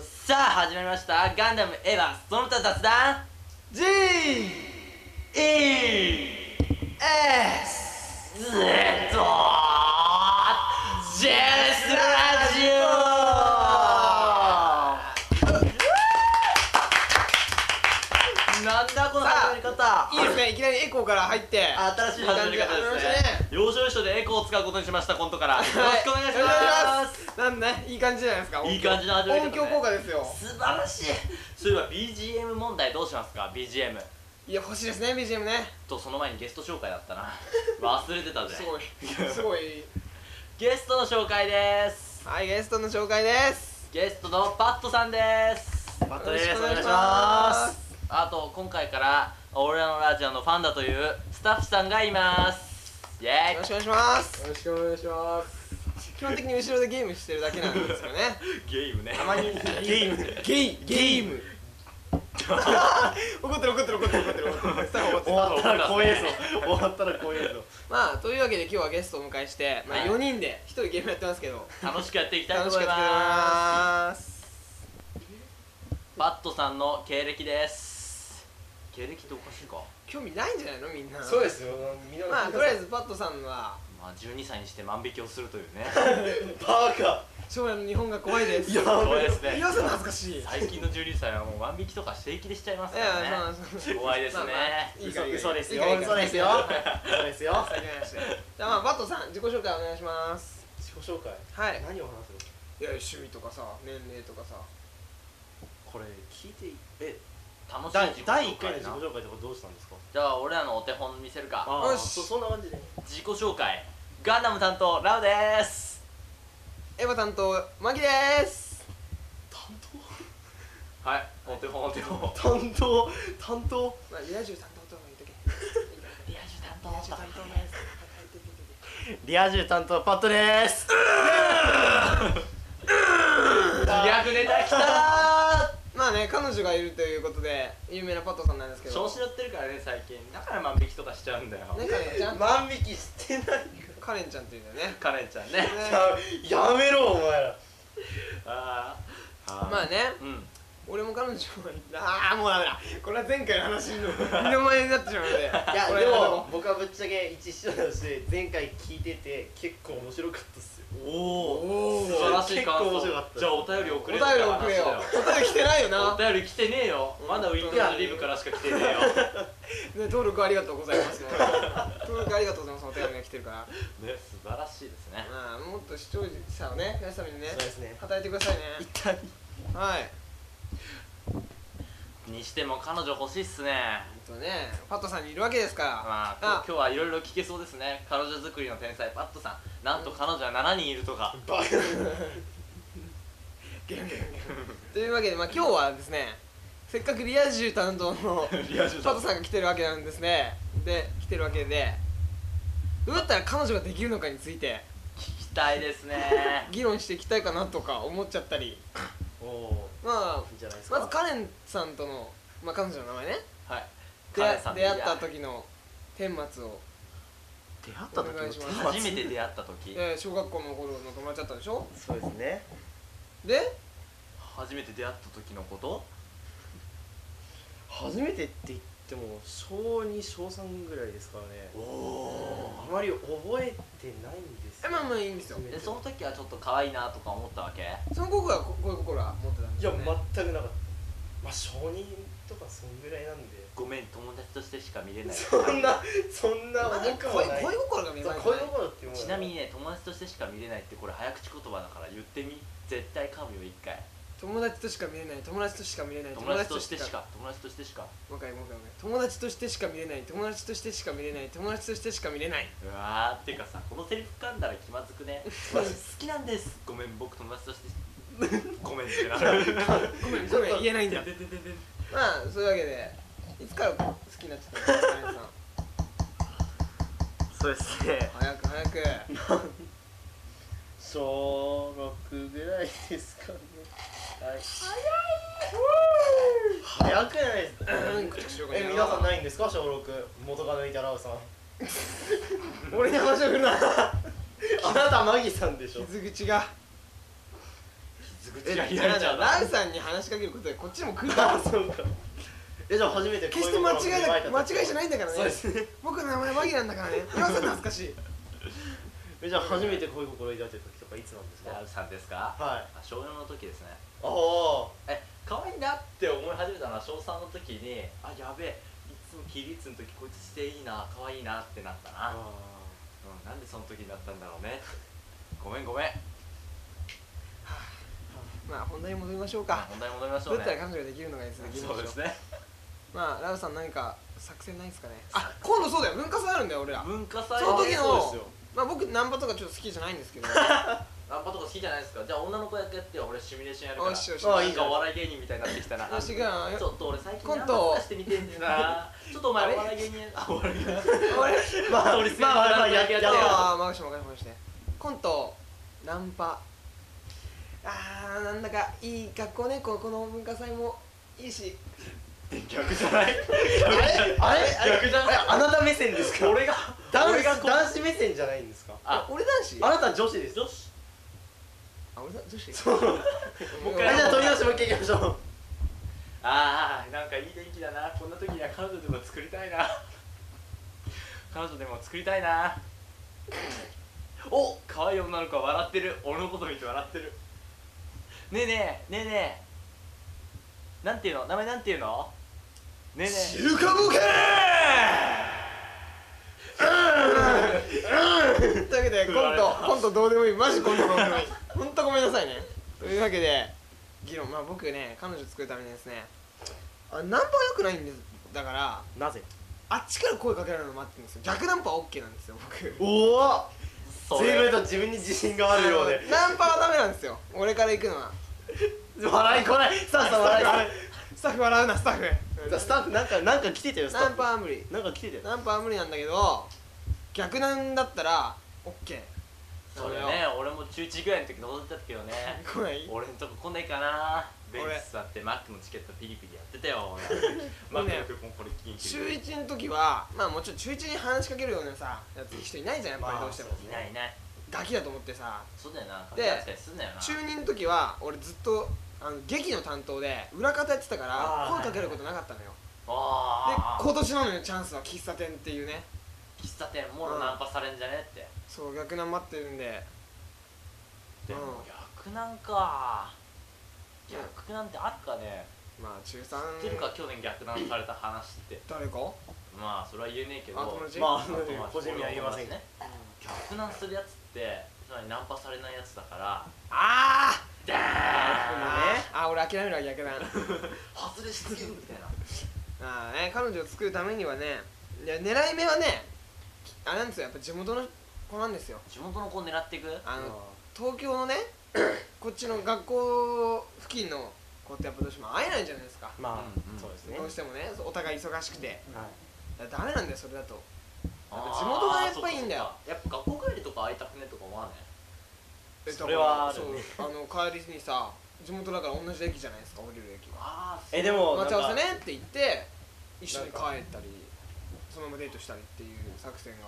さあ始まりました「ガンダムエヴァその他雑談 G ES」ずっとジェスラジオなんだこの始まり方いいですねいきなりエコーから入って新しい始まり方ですね要所要所でエコーを使うことにしましたコントからよろしくお願いしますはお願いしますなんでねいい感じじゃないですかいい感じの始まり方ね音響効果ですよ素晴らしいそういえば BGM 問題どうしますか BGM いや欲しいですね BGM ねとその前にゲスト紹介だった な忘れてたぜすごいすごいゲストの紹介ですはいゲストの紹介ですゲストのパットさんですパットですよろしくお願いしますあと今回から俺らのラジオのファンだというスタッフさんがいますイよエろしくお願いしますよろしくお願いします基本的に後ろでゲームしてるだけなんですよねーイゲームねたまにゲームゲイゲーム 怒ってる怒ってる怒ってる怒ってる怒ってるスタッフ怒って終るわったら怖えぞ終わったら怖えぞまあというわけで今日はゲストをお迎えして、まあ、はい4人で1人ゲームやってますけど楽しくやっていきたいと楽し思かいったと思いますますパットさんの経歴です経歴っておかしいか興味ないんじゃないのみんなそうですよみんなまあとりあえずパットさんはまあ12歳にして万引きをするという ねバカ将来の日本が怖いですやそうべですね岩瀬懐かしいいや最近の12歳はもう万引きとか正気でしちゃいますかまあらまあね怖いですねまあまあいいからいいから嘘ですよいいからいいから嘘ですよ嘘ですよ最近の話でじゃあまあパットさん自己紹介お願いします自己紹介はい何を話いや趣味とかさ年齢とかさこれ聞いていえ楽しいす自己紹介るな第1回の自己紹介とかどうしたんですかじゃあ俺らのお手本見せるかーよしそそんな感じで自己紹介ガンダム担当ラウですエヴァ担当マキです担はいお手本お手 本当担当担当まあリア充担当とか言うとけリア充担当リア充担当ですリア充担当パッドです自虐ネタきたまあね彼女がいるということで有名なパットさんなんですけーど 調子乗ってるからね最近だから万引きとかしちゃうんだよねカレンちゃん万引きしてないかカレンちゃんっていうんだよねカレンちゃんねねらやめろお前ら あーあーまあねうん俺も彼女もああもうダメだこれは前回の話の 二の前になってしまうのでいいやでも僕はぶっちゃけ一緒だし前回聞いてて結構面白かったっすよおおおー素晴らしい感結構面想白かったじゃあお便りお送れ便より送れよって話だお便り来てないよなお便り来てねえよまだウィンドウズリブからしか 来てねえよね登録ありがとうございます登録ありがとうございますお手紙が来てるからね素晴らしいですねまあもっと視聴者をね増やすためにねそうですね働いてくださいね痛いはいにしても彼女欲しいっすねほんとねパットさんにいるわけですからまああ今日はいろいろ聞けそうですね彼女作りの天才パットさんなんと彼女は7人いるとかバカというわけでまあ今日はですねせっかくリア充担当 のリア充パトさんが来てるわけなんですねで来てるわけでどうやったら彼女ができるのかについて聞きたいですね 議論していきたいかなとか思っちゃったりおおまあいいんじゃないですかまずカレンさんとの、まあ、彼女の名前ねはい出彼さん出会ったい時の顛末を出会った時お願いしまのすや初めて出会った時えー小学校の頃の友達だったでしょそうですねで初めて出会った時のこと初めてって言っても小2小3ぐらいですからねおあまり覚えてないんですえまあまあいいんですよでその時はちょっと可愛いなとか思ったわけその子がここういう心は持ってたんでいすやよ、ね、全くなかったまあ小2とかそんぐらいなんでごめん友達としてしか見れない そんなそんなまあ重くもない恋恋心が見えそうない恋心っていうも のちなみにね友達としてしか見れないってこれ早口言葉だから言ってみ絶対噛むよ一回友達としか見れない友達としか見れない友達としてしか友達としてしかもう一回もう一回もう一回友達としてしか見れない友達としてしか見れない友達としてしか見れないうわーっていうかさこのセリフ噛んだら気まずくね好きなんですごめん僕友達としてごめんってなごめんごめん言えな いんだででででまあそういうわけでいつから好きになっちゃったのカレンさんそうですね早く早く小6ぐらいですかねはい早い早くないですかうん口しようかえ皆さんないんですか小6元カノいたラウさん俺に話を振るなあなたマギさんでしょ傷口がすぐえ付き合い嫌やなれんちゃだうラなンさんに話しかけることでこっちも来るあ そうかえじゃあ初めて決して間違いだ間違いじゃないいんだからねそうですね僕の名前マギなんだからねランさん懐かしいえじゃあ初めて恋心抱いた時とかいつなんですかラはいンさんですかああ小4の時ですねあえ可愛いなって思い始めたのは小3の時にあやべえいつも起立の時こいつしていいな可愛いなってなったな、うん、なんでその時になったんだろうねごめんごめんまあ本題に戻りましょうか問題戻りましどょううやったらね彼女ができるのがいつできるそうですねまあランさん何か作戦ないですかねあ今度そうだよ文化祭あるんだよ俺ら文化祭その時ののそうですよまあ僕ナンパとかちょっと好きじゃないんですけどナンパとか好きじゃないですかじゃあ女の子役やってよ俺シミュレーションやるからよしよしあよいないんしかお笑い芸人みたいになってきたなよしがちょっと俺最近コンナトンパとかしてみてんだよなちょっとおあ前れお笑い芸人あお笑い芸人俺まあ通り過ぎまあまあまあやってややっよっててよああ任して任してコントナンパあーなんだかいい学校ねここの文化祭もいいし逆じゃ ないあれあれ逆じゃないあなた目線ですか俺が男俺が子こう男子目線じゃないんですかあ俺男子あなた女子です女子あ俺だ女子そうもう一あ回じゃあ取り直してもう一回いきましょうああなんかいい天気だなこんな時には彼女でも作りたいな 彼女でも作りたいなお可愛い女の子は笑ってる俺のこと見て笑ってるねえねえねえねえなんていうの名前なんていうのねえねえルカボケというわけでコントコントどうでもいいマジコントどうでもいい本当ごめんなさいねというわけで議論まあ僕ね彼女作るためにですねあナンパは良くないんですだからなぜあっちから声かけられるの待ってるんですよ逆ナンパは OK なんですよ僕おおそ随分れと自分に自信があるようであのナンパはダメなんですよ俺から行くのは笑いこないスタッフさん笑いこないスタッフ笑うなスタッフスタッフなんかなんか来てたよスタッナフンパは無理なんか来てたよナンパは無理なんだけど逆なんだったら OK それね俺も中1ぐらいの時覗いてたけどね来ない俺んとこ来ねえかなベン俺チ座ってマックのチケットピリピリやってた よ俺マックの曲もこれ聞いて中る1の時はまあもちろん中1に話しかけるようなさやつ人いないじゃんやっぱりどうしてもまあいないいないガキだと思ってさそうだよなで勘違いしたりすんだよな中2の時は俺ずっとあの劇の担当で裏方やってたからあー声かけることなかったのよでああ今年なのよチャンスは喫茶店っていうね喫茶店もろナンパされんじゃねって、そう逆ナン待ってるんででもうん逆なんかうん逆なんてあるかねまあ中知ってる3か去年逆なんされた話って誰かまあそれは言えねえけどあ友達ままああ友達個人には言いませんねね逆なんするやつってつまりナンパされないやつだからあーダーンねあー俺諦めるわ 逆ナン外れしすぎるみたいなあーね彼女を作るためにはねいや狙い目はねあれなんですよやっぱ地元の子なんですよ地元の子を狙っていくあの東京 のねこっちの学校付近の子ってやっぱどうしても会えないじゃないですかまうんうんあそうですねどうしてもねお互い忙しくてはいだからダメなんだよそれだとやっぱあー地元がやっぱいいんだよそっかそっかやっぱ学校帰りとか会いたくねとか思わねそれはあるねそうあの帰りにさ地元だから同じ駅じゃないですか降りる駅ああえでも待ち合わなせんかねって言って一緒に帰ったりそのままデートしたりっていう作戦が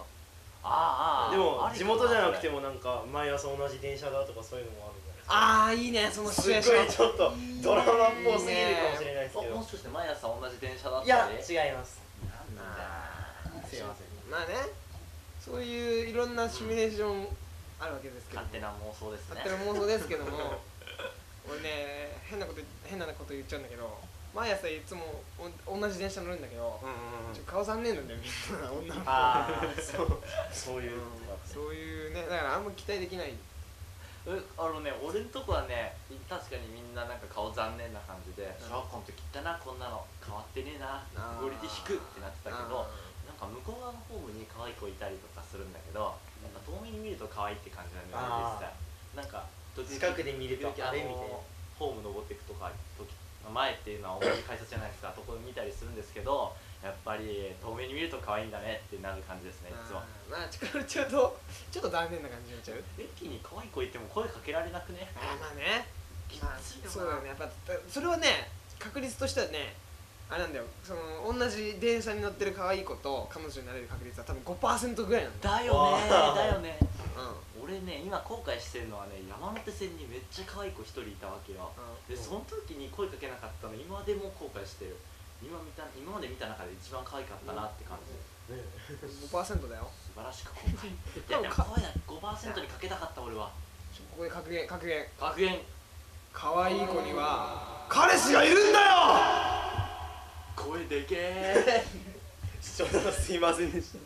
あーあーでもあり地かも元じゃなくてもなんか毎朝同じ電車だとかそういうのもあるんじゃないですかああいいねそのシチすュエっーショごンいちょっとドラマっぽすぎるかもしれないですそけれあもどしかして毎朝同じ電車だったりいや違いますなんだよすいませんまあねそういういろんなシミュレーションあるわけですけど勝手な妄想ですね勝手な妄想ですけども俺ね変なこと変なこと言っちゃうんだけど毎朝いつもお同じ電車乗るんだけど、うんうんうんちょ顔残念なんだよみんな女 の子ああそうそういうのがあってそういうねだからあんま期待できないえあのね俺んとこはね確かにみんななんか顔残念な感じでん小学校の時行ったなこんなの変わってねえなあークオリティ低くってなってたけどなんか向こう側のホームに可愛い子いたりとかするんだけどなんか遠目に見ると可愛いって感じなんだよね実際なんか時々近くで見ると時々あれみたいなのホーム登っていくとか時前っていうのは同じ改札じゃないですかとこ見たりするんですけどやっぱり遠目に見ると可愛いんだねってなる感じですねいつもまあ近寄っちゃうとちょっと残念な感じになっちゃう駅に可愛い子いても声かけられなくねあーまあねきまあついよなそうだよねやっぱそれはね確率としてはねあれなんだよその同じ電車に乗ってる可愛い子と彼女になれる確率は多分5%ぐらいなんだだよよねわあだよね俺ね今後悔してるのはね山手線にめっちゃ可愛い子一人いたわけよでその時に声かけなかったの今でも後悔してる今見た今まで見た中で一番可愛かったなって感じ5%だよ素晴らしく後 悔いやいやか声だ5%にかけたかった俺はちょここで格言格言学園可愛い子には彼氏がいるんだよ声でけ え視聴者すいませんでした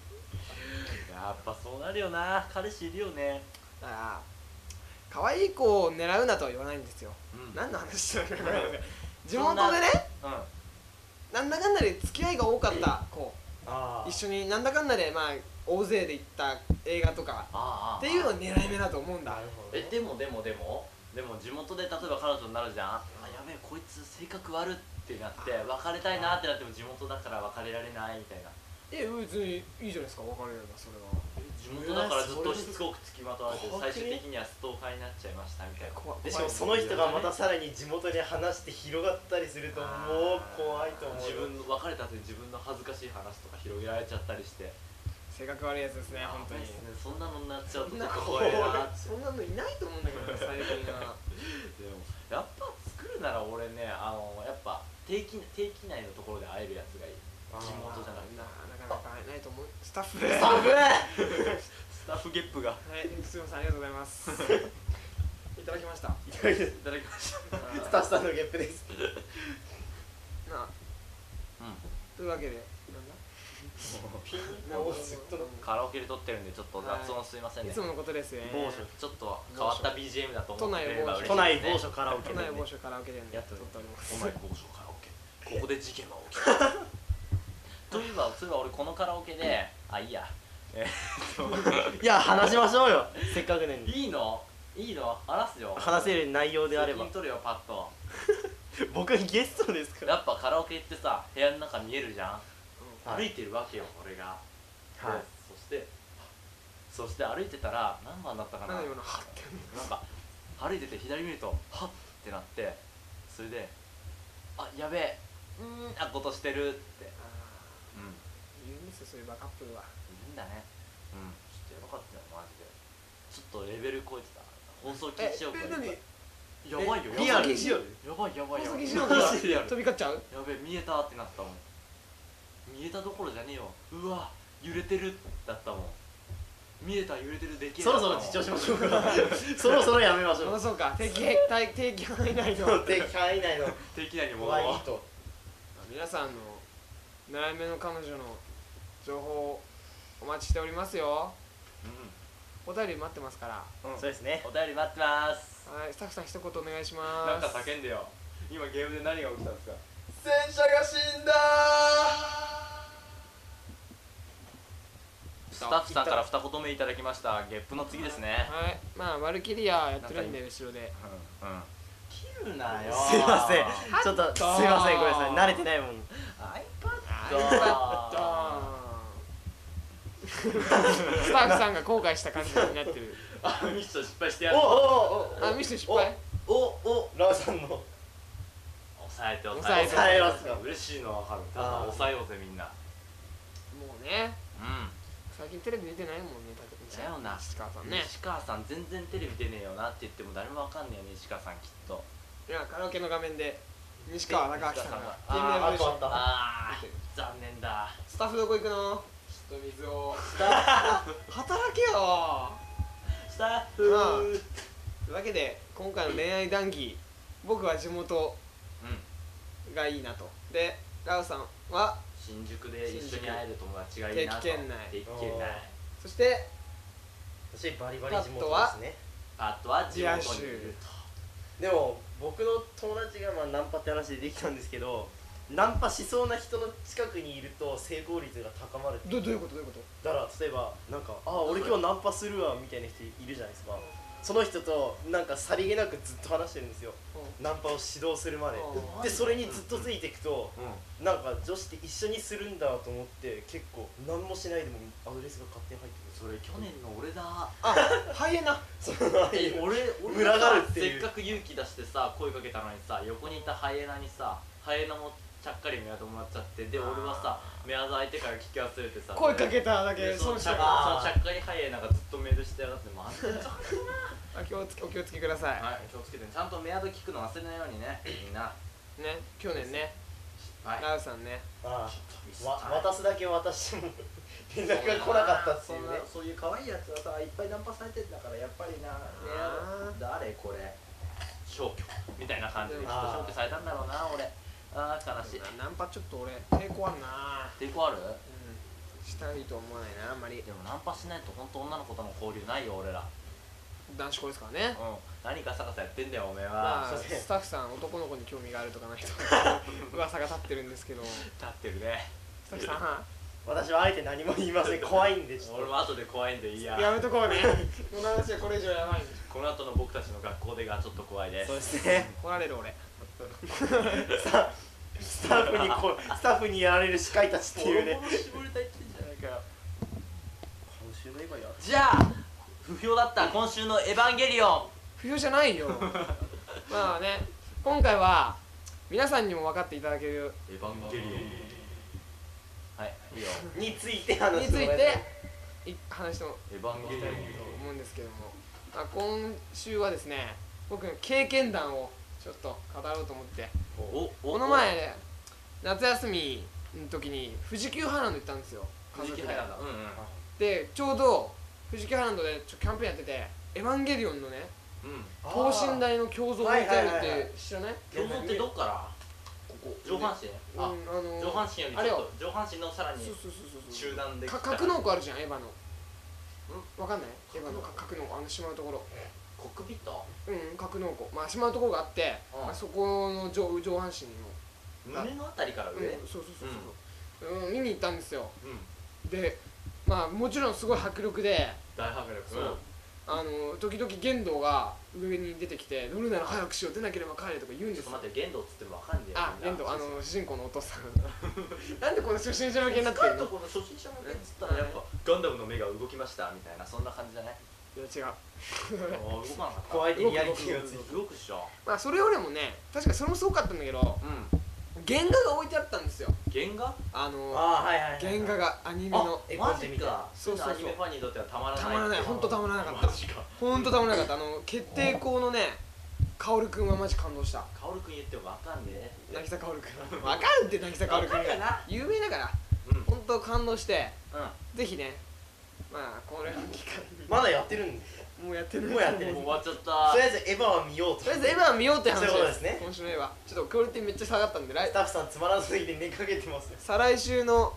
やっぱそうなるよな彼氏いるよねだから可愛い子を狙うなとは言わないんですようん何の 話してるのか分かんない地元でねうんなんだかんだで付き合いが多かった子あ一緒になんだかんだでまあ大勢で行った映画とかああっていうの狙い目だと思うんだほえでもでもでもでも地元で例えば彼女になるじゃんあやべえこいつ性格悪ってなって別れたいなってなっても地元だから別れられないみたいなえ別にいいじゃないですか別れればそれはえ地元だからずっとしつこく付きまとわれて最終的にはストーカーになっちゃいましたみたいな怖いでしかもその人がまたさらに地元に話して広がったりするともう怖いと思うよ自分の別れた後に自分の恥ずかしい話とか広げられちゃったりして性格悪いやつですね本当にやばいっすねそんなのになっちゃうとそんな怖いなってそんなのいないと思うんだけ どね最近はでもやっぱ作るなら俺ねあのやっぱ定期定期内のところで会えるやつがいいあー地元じゃなくてななかなか会えないと思うスタッフです危ないスタッフゲップ がはい、すみません、ありがとうございます。いただきました。いやいやいただきましたまスタあッフさんのゲップですなあうんというわけで、なんだピンなんもかうずっとカラオケで撮ってるんでちょっと雑音すいませんいねつものことですよね。某所ちょっと変わった BGM だと思ってくれれば嬉しい都内ですね某所カラオケ都で内某所カラオケ店でややっっととるっておりま都す。内某所カラオケここで事件は起きた といえばそういえば俺このカラオケであいいやえーっいや話しましょうよせっかくねと いいのいいの話すよ話せる内容であれ責ば任取るよパッと僕ゲストですからやっぱカラオケ行ってさ部屋の中見えるじゃんは歩いいてるわけよ俺がはいでそしてそして歩いてたら何番だったかなななんでん今の張ってんのか歩いてて左見るとはっってなってそれで「あやべえうーんあことしてる」ってあうんー言うんですよ、そういうバカップルは。いるんだねうんちょっとやばかったよマジでちょっとレベル超えてた放送禁止用語え、なにやばいよえやばいリアルやばいやばいやば放送い禁止用や語ばがいリアル飛び交っちゃうやべえ見えたってなったもん見えたどころじゃねえようわ揺れてるだったもん見えた揺れてるでけえそろそろ自自重しましょうかそろそろやめましょ戻うそうか、定期、定定期範囲内の。定期範囲内のできないに戻怖いろう人皆さんの、狙い目の彼女の情報をお待ちしておりますよ。お便り待ってますから。うん、うん、そうですねお便り待ってますはい、スタッフさん一言お願いしなんまかす。叫んでよ今ゲームで何が起きたんですか戦車が死んだスタッフさんから二言目いただきましたゲップの次ですねはい、まあ、ワルキリアやってるんで、後ろで。うんうん切るなよすいませんちょっとすいませんごめんなさい慣れてないもん iPad スタッフさんが後悔した感じになってる。あミッション失敗してやるおおあ、ミス失敗。おおおラーさんの抑えて抑えて抑えますか嬉しいのは分かるただ抑えようぜみんなもうね、うん最近テレビ出てないもんね、たけだよな西川さんね。西川さん全然テレビ出ねえよなって言っても誰もわかんねえよね西川さんきっといや、カラオケの画面で、西川で中明さんが。西川さんが TMM でしょああとあっあー残念だスタッフどこ行くのちょっと水を。 働けよスタッフまあうんというわけで、今回の恋愛談義、僕は地元がいいなと。で、ラウさんは、新宿で一緒に会える友達がいいなと定期圏内定期圏内そして、私バリバリ地パッ元とはですねあとは地元にいるでも僕の友達がまあナンパって話でできたんですけどナンパしそうな人の近くにいると成功率が高まるってどどういうことどういうことだから例えばなんか「あ俺今日ナンパするわ」みたいな人いるじゃないですかその人となんかさりげなくずっと話してるんですよナンパを指導するまでうんでそれにずっとついていくととうんなんか女子って一緒にするんだと思って結構何もしないでもアドレスが勝手に入ってそれ去年の俺だあ、ハイエナくるそのえ俺俺群ががさるってせいっうかく勇気出してさ声かけたのにさ横にいたハイエナにさハイエナもちゃっかり目が止まっちゃってで俺はさ目あざ相手から聞き忘れてさ声かけただけでそ損のしちたゃよそあのちゃっかり早いなんかずっとメールしてやがってもうあんたちゃっかりー気をつけお気をつけください、なはい気をつけてねちゃんとメアド聞くの忘れないようにねみんなね去年ねはいラウさんねあミスあわタイム渡すだけ渡しても連絡が来なかったっていうねそんなそういう可愛いやつはさいっぱいナンパされてんだからやっぱりなあーね誰これ消去みたいな感じできっとあー消去されたんだろうな俺あー悲しいナンパちょっと俺抵抗あんな抵抗あるうんしたいと思わないなあんまりでもナンパしないと本当女の子との交流ないよ俺らう男子校ですからねん何ガサガサやってんだよおめえまはあそうねスタッフさん男の子に興味があるとかない とか噂が立ってるんですけどス立ってるねタッフさ私はあえて何も言いません怖いんでちょっ俺とも後で怖いんでいいやんやめとこうね この話はこれ以上やばいんでこの後の僕たちの学校でがちょっと怖いですそうですね怒られる俺さスタッフにこスタッフにやられる司会たちっていうね絞りたいってんじゃないかよ今週の今やじゃあ不評だった今週の「エヴァンゲリオン不評じゃないよまあね今回は皆さんにも分かっていただける」エヴァンゲリオンはいいいよについて話にしてつもいらえてい話してもエヴァンゲリオン思うんですけども、まあ、今週はですね僕の経験談をちょっと語ろうと思っておおこの前夏休みの時に富士急ハイランド行ったんですよ家風族邪で気だうんうんでちょうど富士急ハイランドでちょキャンペーンやってて「エヴァンゲリオン」のねうんあ等身大の胸像を置いてあるっはいはいはいはてい知らない胸像ってどっからここ上半身うんああのー上半身よりちあれょっよと上半身のさらそうにそうそうそう中段でか来た格納庫あるじゃんエヴァのわかんないエヴァのか格納庫あのしまうところコックピットうん格納庫まあしまうところがあって、うんあそこの上上半身の胸のあたりから上うん、そうそうそうそう、うん見に行ったんですようんでまあもちろんすごい迫力で大迫力そうあの時々玄道が上に出てきて「乗るなら早くしよう出なければ帰れ」とか言うんちょっですとよ待って玄道っつってもわかんねえよあみんな玄道あの主人公のお父さんなん でこの初心者向けになって使るうのとこの初心者向けっつったらやっぱガンダムの目が動きましたみたいなそんな感じじゃないいや違うあー動かなかった怖いリアリティをついて動くっしょまあそれよりもね確かそれもすごかったんだけどうん原画が置いてあったんですよ原画あのああはいはいはい原画がアニメあのえマジかそそううそそううアそうニメファンにとってはたまらないたまらないほんとたまらなかったマジかほんとたまらなかったあの決定校のね薫君はマジ感動したカオルくん言ってもわかんねえ渚薫君わかるって渚薫君わかるかがな有名だからうん本当感動してうぜひねまあこれを機会にまだやってるんでもうやってるもうやってるんもう終わっちゃっとりあたえずエヴァは見ようととりあえずエヴァ見ようって話そういうことですね今週のエヴァちょっとクオリティめっちゃ下がったんで来スタッフさんつまらなすぎて寝かけてますよ再来週の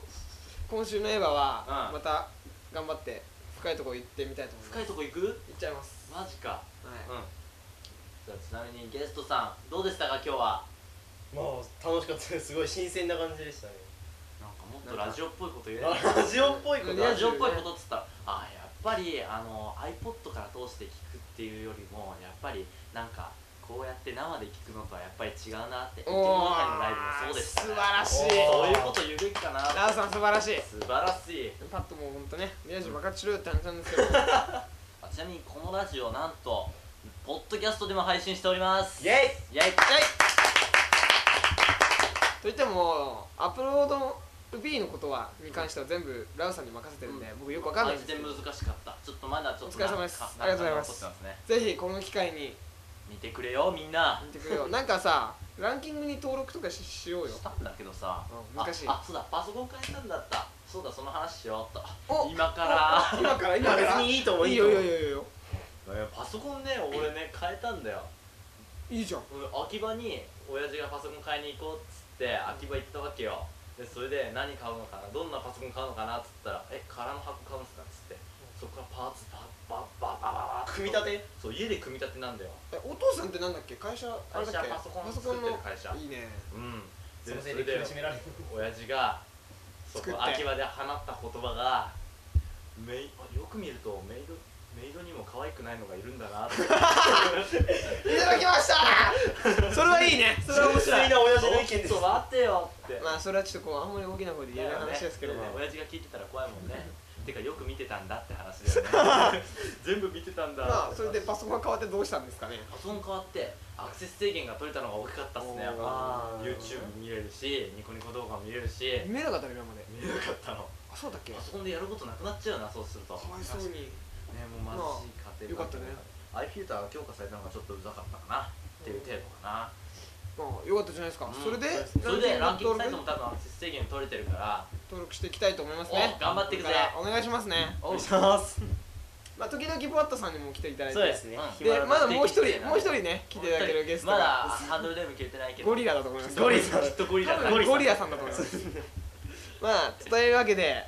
今週のエヴァはうんまた頑張って深いとこ行ってみたいと思います深いとこ行く行っちゃいますマジかうんはじゃあちなみにゲストさんどうでしたか今日はまあ楽しかったですすごい新鮮な感じでしたねなんかもっとラジオっぽいこと言えないラジオっぽいことうんラジオっぽいことっつったらあーやっぱりあの iPod から通して聞くっていうよりもやっぱりなんかこうやって生で聞くのとはやっぱり違うなって池おの中のライブもーそうでしたね素晴らしいそういうこと言うべきかなラウさん素晴らしい素晴らしいパッともうほんとね宮治爆発しろよって話なんですけどあちなみにこのラジオなんとポッドキャストでも配信しておりますイェイイェイといってもアップロード B のことはに関しては全部ラウさんに任せてるんで、僕よくわかんないんですけどマジで難しかったちょっとまだちょっとお疲れ様ですなんかありがとうございますなんか残ってねぜひこの機会に見てくれよみんな見てくれよなんかさランキングに登録とかししようよしたんだけどさうん難しいああそうだパソコン変えたんだったそうだその話しようっおと 今から今から今まあから別にいいと思ういいいいよといい思よういいよいいよえーパソコンね俺ね変えたんだよいいじゃん俺秋葉に親父がパソコン買いに行こうっつって秋葉行ったわけよでそれで何買うのかなどんなパソコン買うのかなっつったら「え空の箱買うんすか?」っつってそこからパーツバッバッバッバッバッバッと組み立てそう家で組み立てなんだよえお父さんってなんだっけ会社あ会れだ社っけパソコン作ってる会社いいねうんすいでまそせんれでで苦しめられる親父がそ作っこて秋葉で放った言葉がメイよく見るとメイドメイドにも可愛くないのがいるんだなっていただきま したそれはいいね それは面純白い粋な親父の意見ですちょっと待ってよってまあそれはちょっとこうあんまり大きな声で言えない話ですけども、ねね親父が聞いてたら怖いもんねてかよく見てたんだって話だよね 全部見てたんだまあそれでパソコンが変わってどうしたんですかねパソコン変わってアクセス制限が取れたのが大きかったっすねおーやっぱああー YouTube 見れるしニコニコ動画も見れるし見えなかったね今まで見れなかったのあそうだっけパソコンでやることなくなっちゃうなそうするとかわいそうにねもう貧しい家庭環境だなアイフィルターが強化されたのがちょっとうざかったかなっていう程度かな、まあよかったじゃないですかうんそれでそれでランキングサ登イトも録多分アクセス制限取れてるから登録していきたいと思いますねお頑張っていくぜこれからお願いしますねおうしますまあ時々ボワットさんにも来ていただいてそうですねうんでまだもう一暇人なもう一人ね来ていただけるゲストまだがハンドルネーム消えてないけどゴリラだと思いますよゴリラきっとゴリラ多だ分ゴリラさんだと思いますまあというわけで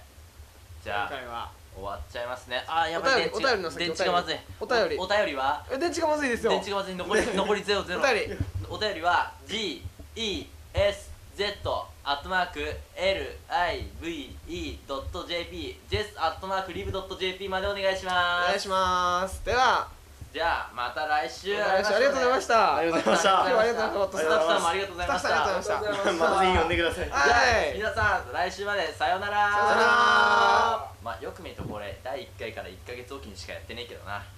じ今ゃあ回は終わっちゃいますねあーやばいお便電り池がお便りの先電池がまずいお便りおお便りはえ電池がまずいですよ電池がまずい残り残りゼロゼロお便りお便りは g e s z アットマーク l i v e ドット j p ジェスアットマークリブドット j p までお願いしおま願いす。しますではじゃあまた来週。来週ありがとうございましたありがとうございまし今た日はありがとうごスタざいまッフしたさんもありがとうございましスタッフさんありがとうございた。ましたまずい呼んでくださいはい皆さん来週までさようなら。さようならまあよく見るとこれ第1回から1ヶ月おきにしかやってねえけどな。